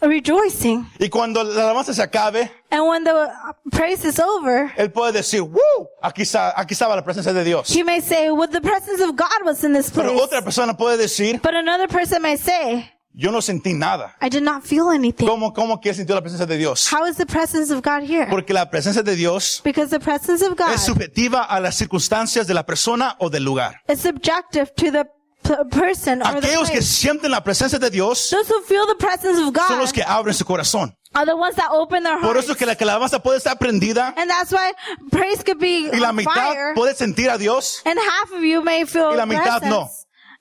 rejoicing.
Y cuando la alabanza se acabe,
And when the praise is over,
él puede decir, ¡Woo! Aquí, está- aquí estaba la presencia de Dios.
he may say, well, the presence of God was in this place.
Pero otra persona puede decir,
But another person may say,
yo no sentí nada.
I did not feel anything.
¿Cómo, cómo que sintió la presencia de Dios?
How is the presence of God here?
Porque la presencia de Dios
Because the presence of God
es subjetiva a las circunstancias de la persona o del lugar.
is subjective to the p- person or the
Aquellos que
place.
sienten la presencia de Dios
Those who feel the presence of
son
God
los que abren su corazón.
are the ones that open their
Por
hearts.
eso es que la que la alabanza puede estar prendida
And that's why praise could be
y la
on
mitad
fire,
puede sentir a Dios,
and half of you may feel
Y la mitad
presence,
no.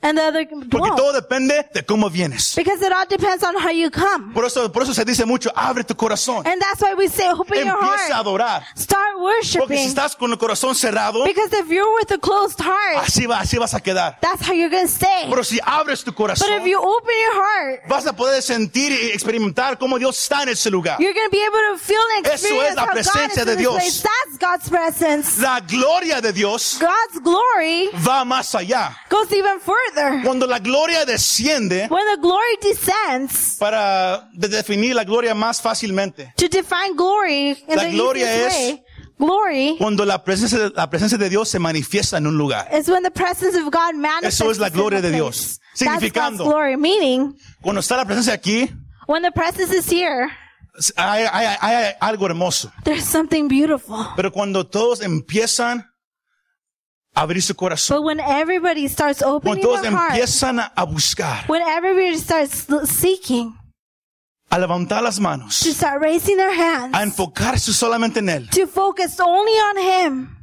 and the other
porque
won't.
todo depende de cómo vienes.
Because it all depends on how you come.
Por eso, por eso se dice mucho, abre tu corazón,
And that's why we say, open your
empieza a
heart.
adorar.
Start
Porque si
worshiping.
estás con el corazón cerrado,
Because if you're with a closed heart,
así, va, así vas a quedar.
that's how you're going to stay.
Pero si abres tu
But
corazón,
if you open your heart,
vas a poder sentir y experimentar cómo Dios está en ese lugar.
you're going to be able to feel and
Eso es
experience
la
how God is
presencia
in
de
this
Dios.
place. That's God's presence.
La gloria de Dios
God's glory
va más allá.
goes even further.
Cuando la gloria desciende,
When the glory descends,
para de- definir la gloria más fácilmente,
to define glory in
La
the
gloria
easiest
es-
way, glory
cuando la presencia, la presencia de Dios se manifiesta en un lugar.
is when the presence of God manifests.
Eso es la
in the
gloria de
place.
Dios.
That's God's
Significando.
glory, meaning
Cuando está la presencia aquí,
when the presence is here,
hay, hay- hay algo hermoso.
there's something beautiful.
Pero cuando todos empiezan a abrir su corazón,
But when everybody starts
cuando
opening
todos
their heart,
empiezan a buscar,
when everybody starts seeking,
a levantar las manos,
to start raising their hands,
a enfocarse solamente en Él.
to focus only on Him.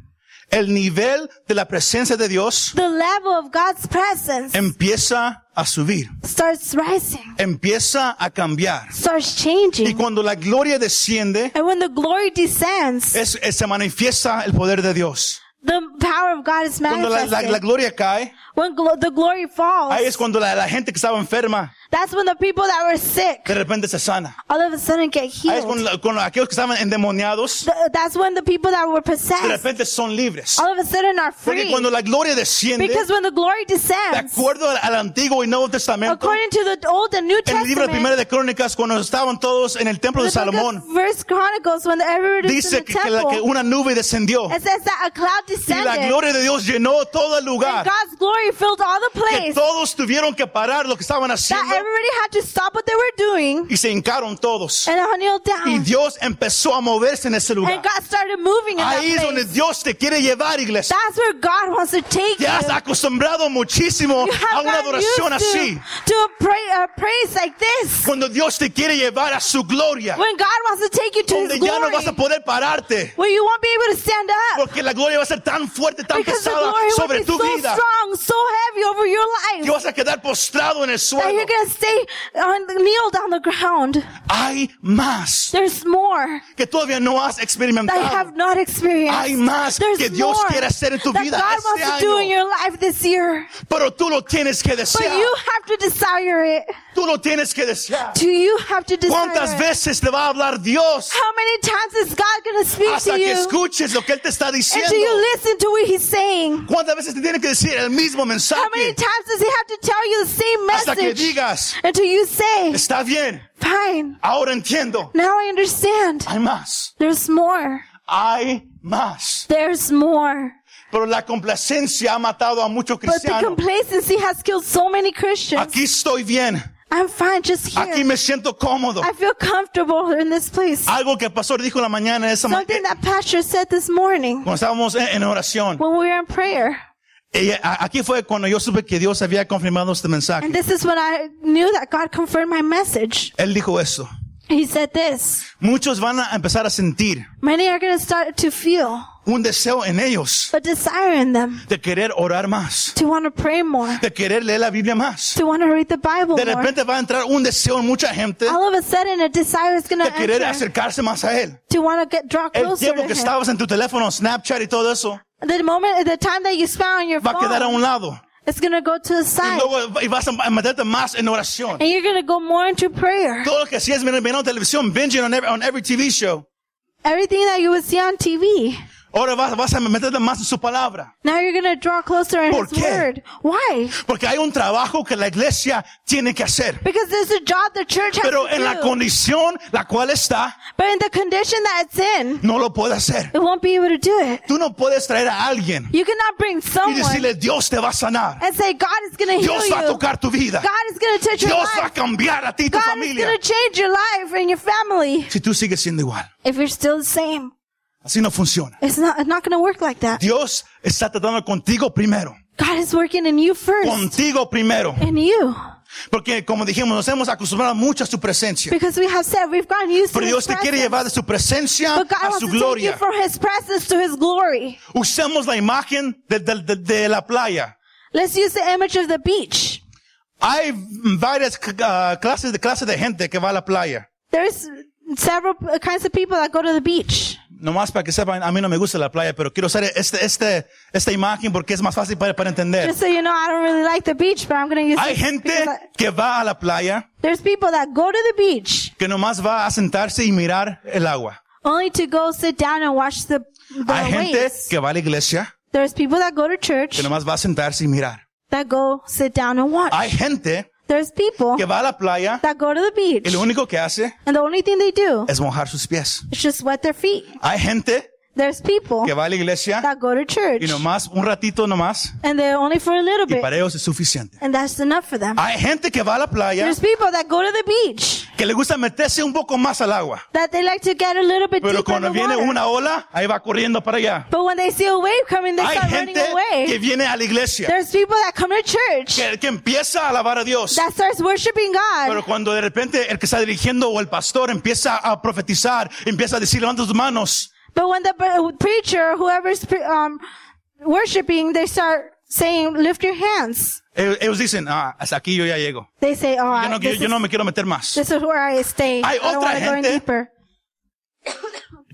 El nivel de la presencia de Dios
The level of God's presence
empieza a subir,
starts rising,
empieza a cambiar.
starts
Y
changing.
cuando la gloria desciende,
And when the glory descends,
es- es- se manifiesta el poder de Dios.
the power of God is
Cuando la, la-
manifested.
la gloria cae,
when glo- the glory falls,
ahí es cuando la, la gente que estaba enferma
that's when the people that were sick
de repente se sana.
all of a sudden get
Ahí es cuando
healed.
la- cuando aquellos que estaban endemoniados
Th- that's when the people that were
de
possessed
repente son libres.
all of a sudden are
Porque
free.
cuando la gloria desciende,
Because when the glory
de
descends,
acuerdo al, al Antiguo y Nuevo Testamento,
according to the Old and New
en el libro de Primera
Testament,
de Crónicas, cuando estaban todos en el templo de
the book
Salomón,
of First Chronicles, when everyone is in
dice
the
que, que la- que
temple,
una nube descendió
it says that a cloud
y la
descended.
gloria de Dios llenó todo el
And
lugar.
God's glory filled all the
Que
place.
todos tuvieron que parar lo que estaban
That
haciendo
everybody had to stop what they were doing
y se hincaron todos.
and kneel
Y
down.
Dios empezó a moverse en ese lugar.
And God started moving in
Ahí es
that
donde
place.
Dios te quiere llevar, iglesia.
That's where God wants to take
Te has
you.
acostumbrado muchísimo
You
a
have
una
gotten
adoración
used
así.
to, to a, pray, a praise like this.
Cuando Dios te quiere llevar a su gloria,
When God wants to take you to
donde
His
ya no
glory,
vas a poder pararte,
where you won't be able to stand up.
porque la gloria va a ser tan fuerte, tan
Because the
pesada
glory will
sobre
be
tu
so
vida,
strong, so heavy over your life
que vas a quedar postrado en el
that
suelo.
you're gonna stay on, kneel down the ground.
Hay más
There's more
que todavía no has
that you
experimentado.
have not experienced.
Hay más
There's
que Dios
more
quiere hacer en tu
that
vida
God
este
wants to do in
año,
your life this year.
pero tú lo tienes que
But
desear.
you have to desire it.
Tú lo tienes que desear.
Do you have to desire
¿Cuántas
it?
veces te va a hablar Dios
How many times is God going to speak
hasta
to
que
you?
escuches lo que Él te está
And do you
diciendo?
listen to what He's saying?
¿Cuántas veces te tiene que decir el mismo
How many
mensaje
times does He have to tell you the same
hasta que
message
digas,
until you say,
está bien,
Fine,
ahora entiendo.
now I understand.
Hay más,
There's more.
hay más.
There's more.
Pero la complacencia ha matado a muchos
But the
cristianos.
complacency has killed so many Christians.
Aquí estoy bien,
I'm fine just
aquí
here.
me siento cómodo.
I feel comfortable in this place.
Algo que el pastor dijo en la mañana esa ma- eh,
Something that Pastor said this morning
cuando estábamos en, en oración.
when we were in prayer.
Ella- a- aquí fue cuando yo supe que Dios había confirmado este mensaje.
And this is when I knew that God confirmed my message.
Él dijo eso.
He said this.
Muchos van a empezar a sentir
Many are going to start to feel
un deseo en ellos
a desire in them
de querer orar más,
to want to pray more,
de querer leer la Biblia más.
to want to read the Bible
De
more.
repente va a entrar un deseo en mucha gente
All of a sudden, a desire is going
de
to
querer
enter
acercarse más a Él.
to want to get draw
El
closer
tiempo
to
que
Him.
estabas en tu teléfono, Snapchat y todo eso,
The moment, the time that you spend on your
va a quedar a
phone,
un lado.
it's going to go to the
Y
side,
luego y vas a meterte más en oración.
and you're going to go more into prayer.
Todo lo que hacías mirando mirando televisión, binging on every, on every TV show.
Everything that you would see on TV,
Ahora vas, vas a meterte más en su palabra.
now you're going to draw closer in
¿Por
His
qué?
Word. Why?
Porque hay un trabajo que la iglesia tiene que hacer.
Because there's a job the church has
Pero
to
en la
do.
condición la cual está,
But in the condition that it's in,
no lo puede hacer.
it won't be able to do it.
Tú no puedes traer a alguien
You cannot bring
y
someone
decirle, Dios te va a sanar.
and say, God is going to heal
Dios va a
you.
tocar tu vida.
God is going to touch your
Dios va a
life.
cambiar a ti y tu
God is
familia.
going to change your life and your family.
Si tú sigues siendo igual,
If you're still the same,
así no funciona.
it's not, it's not going to work like that.
Dios está tratando contigo primero.
God is working in you first.
Contigo primero.
In you.
Porque como dijimos, nos hemos acostumbrado mucho a su presencia.
Because we have said we've gotten used to
Pero Dios
His
te quiere
presence.
llevar de su presencia
But God
a
wants
su
to take you
gloria.
from His presence to His glory.
Usemos la imagen de, de- de- de la playa.
Let's use the image of the beach.
Hay varias ah, clases de clases de gente que va a la playa.
There's several kinds of people that go to the beach.
Nomás para que sepan, a mí no me gusta la playa, pero quiero usar este, este, esta imagen porque es más fácil para, para entender.
Just so you know, I don't really like the beach, but I'm going to use
Hay
this
gente
because I-
que va a la playa
There's people that go to the beach
que nomás va a sentarse y mirar el agua.
only to go sit down and watch the, the
Hay gente
waves.
que va a la iglesia
There's people that go to church
que nomás va a sentarse y mirar.
that go sit down and watch.
Hay gente
There's people
que va a la playa
that go to the beach
y lo único que hace
and the only thing they do
es mojar sus pies.
is just wet their feet.
Hay gente
There's people
que va a la iglesia
that go to church
y nomás un ratito nomás
and they're only for a
y
little
Ah,
bit
para ellos es suficiente.
and that's enough for them.
Hay gente que va a la playa
There's people that go to the beach
que le gusta meterse un poco más al agua.
that they like to get a little bit
Pero
deeper in
cuando
the
viene
water.
una ola, ahí va corriendo para allá.
But when they see a wave coming, they
Hay
start running
gente que
away.
viene a la iglesia,
There's people that come to church
que, que empieza a alabar a Dios.
that starts worshiping
Pero
God.
cuando de repente el que está dirigiendo o el pastor empieza a profetizar, empieza a decir, levanta tus manos,
But when the pre- preacher, whoever's pre- um, worshiping, they start saying, lift your hands.
ellos ellos dicen, ah, hasta aquí yo ya llego.
They say, oh,
Yo no,
I,
yo-
this,
yo
is,
no me quiero meter más.
this is where I stay.
Hay
I don't
otra
want to go in
gente-
deeper.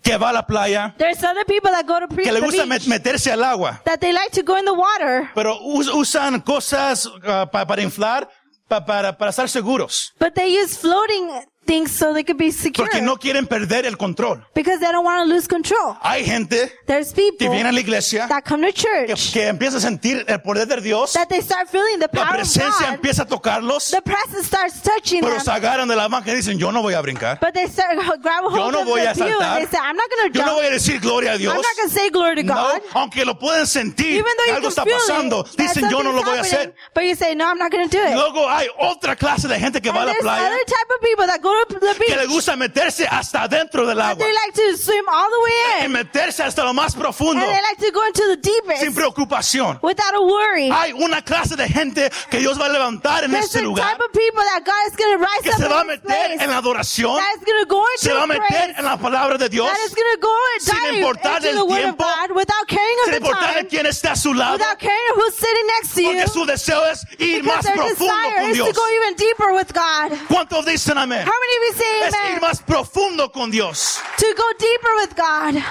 Que va a la playa,
There's other people that go to preach
que le gusta
the
met-
beach,
meterse al agua,
that they like to go in the water,
pero us- usan cosas ah, pa- para inflar, pa- para, para estar seguros,
but they use floating things so they could be secure
porque no quieren perder el control.
because they don't want to lose control.
Hay gente
There's
que
people
viene a la iglesia,
Oh. that come to
que,
church
que empieza a sentir el poder de Dios,
that they start feeling the
la
power of
presencia
God.
empieza a tocarlos,
The presence starts touching
pero se
them,
agarran de la mano y dicen, yo no voy a brincar.
but they [LAUGHS] start grab a
Yo
hold
no
of
voy a
the pew
saltar.
and they say, "I'm not going to
Yo no
jump.
voy a decir gloria a Dios.
I'm not going to say glory to God."
No, aunque lo pueden sentir,
Even though
que
you
algo está
can feel
pasando.
it, that
Dicen, yo no lo
something's
voy a
happening,"
hacer.
But you say, "No, I'm not going to do it."
Luego hay otra clase de gente que va a
and
la
there's
playa
other type of people that go to the
que le
beach
gusta meterse hasta dentro del
that
agua
they like to swim all the way
y
in
meterse hasta lo más profundo
and they like to go into the
sin
deepest
preocupación.
without a worry.
Hay una clase de gente que Dios va a levantar en
There's
este
a
lugar
type of people that God is going to rise
que
up
se va a
in this
meter
place.
en la adoración,
That is going to go
se va a
into
meter
praise.
en la palabra de Dios,
That is going to go and
sin importar
dive into
el
the Word of
tiempo,
God without caring
sin
of the
importar
time,
quién está a su lado,
without caring of who's sitting next to you.
porque su deseo es ir
because
más
their
profundo
desire
con
is to
Dios.
go even deeper with God. How
¿Cuántos dicen amén?
many of you say
es ir
amen?
más profundo con Dios.
To go deeper with God.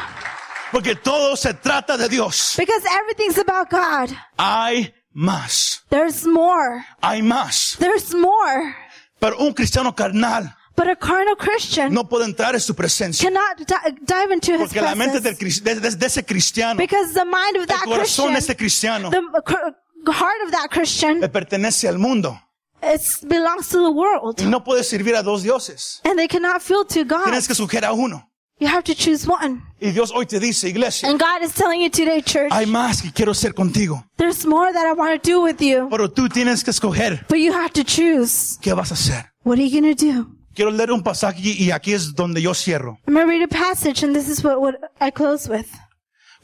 Porque todo se trata de Dios.
Because everything's about God.
Hay más.
There's more.
Hay más.
There's more.
Pero un cristiano carnal
But a carnal Christian
no puede entrar en su presencia.
cannot di- dive into his
Porque la mente del
presence.
cris- de, de- de ese cristiano, el
Because the mind of that
corazón de
Christian
ese cristiano,
the uh, cr- heart of that Christian
le pertenece al mundo.
it belongs to the world,
Y no puede servir a dos dioses.
and they cannot feel to God.
Tienes que escoger a uno.
You have to choose one.
Y Dios hoy te dice, iglesia,
And God is telling you today, church,
hay más que quiero ser contigo.
there's more that I want to do with you,
Pero tú tienes que escoger
but you have to choose.
qué vas a hacer.
What are you going to do?
Quiero leer un pasaje y aquí es donde yo cierro.
I'm going to read a passage, and this is what, what I close with.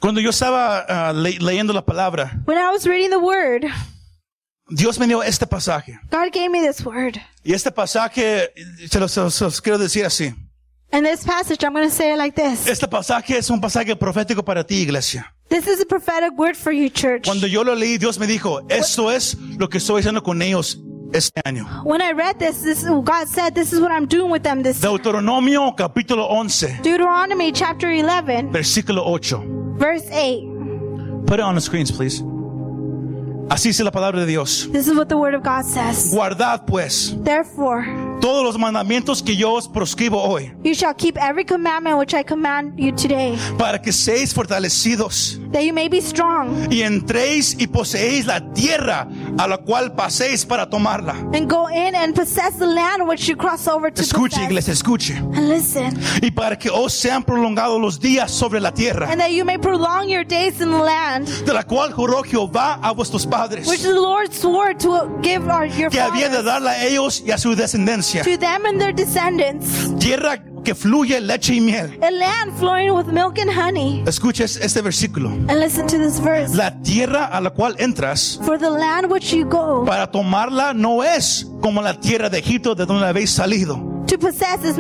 Cuando yo estaba ah, le- leyendo la palabra,
When I was reading the word,
Dios me dio este pasaje.
God gave me this word.
Y este pasaje, se los, se los- se los quiero decir así.
And this passage, I'm going to say it like this.
Este pasaje es un pasaje profético para ti, iglesia.
This is a prophetic word for you, church.
Cuando yo lo leí, Dios me dijo, esto es lo que estoy haciendo con ellos este año.
When I read this, this God said, this is what I'm doing with them this
Deuteronomio capítulo 11,
Deuteronomy chapter 11,
versículo 8.
verse 8.
Put it on the screens, please. Así dice la palabra de Dios.
This is what the word of God says.
Guardad pues
Therefore,
todos los mandamientos que yo os proscribo hoy,
you shall keep every commandment which I command you today,
para que seáis fortalecidos
that you may be strong
y entréis y poseéis la tierra a la cual paséis para tomarla.
and go in and possess the land which you cross over to
Escuche,
possess.
iglesia, escuche.
And listen,
Y para que os sean prolongados los días sobre la tierra,
and that you may prolong your days in the land
de la cual juró Jehová a vuestros
which
padres,
the Lord swore to give our, your
que había de
fathers,
darla a ellos y a su descendencia.
to them and their descendants,
Tierra que fluye leche y miel.
a land flowing with milk and honey.
Escuche este versículo.
And listen to this verse.
La tierra a la cual entras
For the land which you go
para tomarla no es como la tierra de Egipto de donde habéis salido.
to possess is